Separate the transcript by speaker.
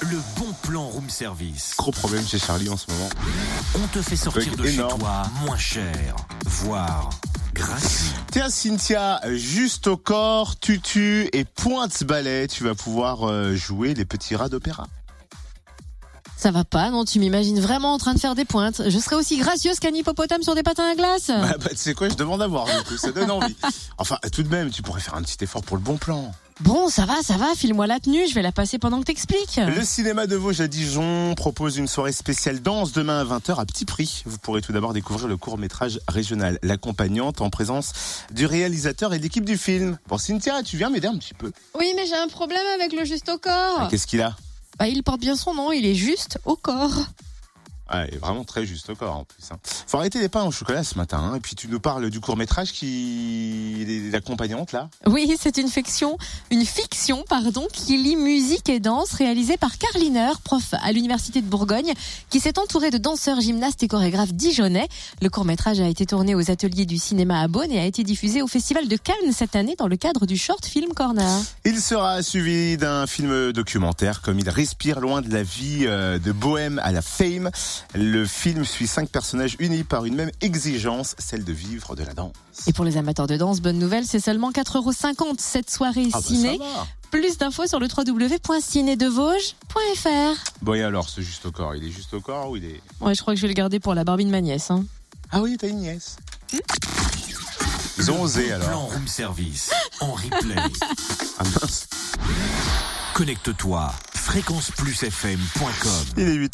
Speaker 1: Le bon plan room service.
Speaker 2: Gros problème chez Charlie en ce moment.
Speaker 1: On te fait sortir
Speaker 2: Truc
Speaker 1: de chez
Speaker 2: énorme.
Speaker 1: toi moins cher, voire gratuit.
Speaker 2: Tiens Cynthia, juste au corps, tutu et pointe ballet, tu vas pouvoir euh, jouer les petits rats d'opéra.
Speaker 3: Ça va pas, non Tu m'imagines vraiment en train de faire des pointes. Je serais aussi gracieuse qu'un hippopotame sur des patins à glace.
Speaker 2: Bah, bah, tu sais quoi, je demande à voir, du coup, ça donne envie. Enfin, tout de même, tu pourrais faire un petit effort pour le bon plan.
Speaker 3: Bon, ça va, ça va, file-moi la tenue, je vais la passer pendant que t'expliques.
Speaker 2: Le cinéma de Vosges à Dijon propose une soirée spéciale danse demain à 20h à petit prix. Vous pourrez tout d'abord découvrir le court-métrage régional L'accompagnante en présence du réalisateur et de l'équipe du film. Bon Cynthia, tu viens m'aider un petit peu.
Speaker 3: Oui, mais j'ai un problème avec le juste au corps.
Speaker 2: Qu'est-ce qu'il a
Speaker 3: Bah, il porte bien son nom, il est juste au corps.
Speaker 2: Ouais, et Ah, vraiment très juste au corps en plus. hein. Faut arrêter les pains au chocolat ce matin. hein. Et puis tu nous parles du court métrage qui est l'accompagnante là.
Speaker 3: Oui, c'est une fiction, une fiction, pardon, qui lie musique et danse, réalisée par Carliner, prof à l'université de Bourgogne, qui s'est entourée de danseurs, gymnastes et chorégraphes dijonnais. Le court-métrage a été tourné aux ateliers du cinéma à Beaune et a été diffusé au Festival de Cannes cette année dans le cadre du Short Film Corner.
Speaker 2: Il sera suivi d'un film documentaire comme Il respire loin de la vie euh, de Bohème à la fame. Le film suit cinq personnages unis par une même exigence, celle de vivre de la danse.
Speaker 3: Et pour les amateurs de danse, bonne nouvelle, c'est seulement 4,50€ cette soirée
Speaker 2: Ah bah, ça
Speaker 3: ciné.
Speaker 2: va.
Speaker 3: Plus d'infos sur le www.cinédevosges.fr.
Speaker 2: Bon et alors ce juste au corps, il est juste au corps ou il est
Speaker 3: Ouais, je crois que je vais le garder pour la Barbie de ma nièce. hein.
Speaker 2: Ah oui, t'as une nièce. Ils ont osé
Speaker 1: Le bon plan
Speaker 2: alors.
Speaker 1: room service en replay.
Speaker 2: Ah mince.
Speaker 1: Connecte-toi fréquenceplusfm.com.
Speaker 2: Il est 8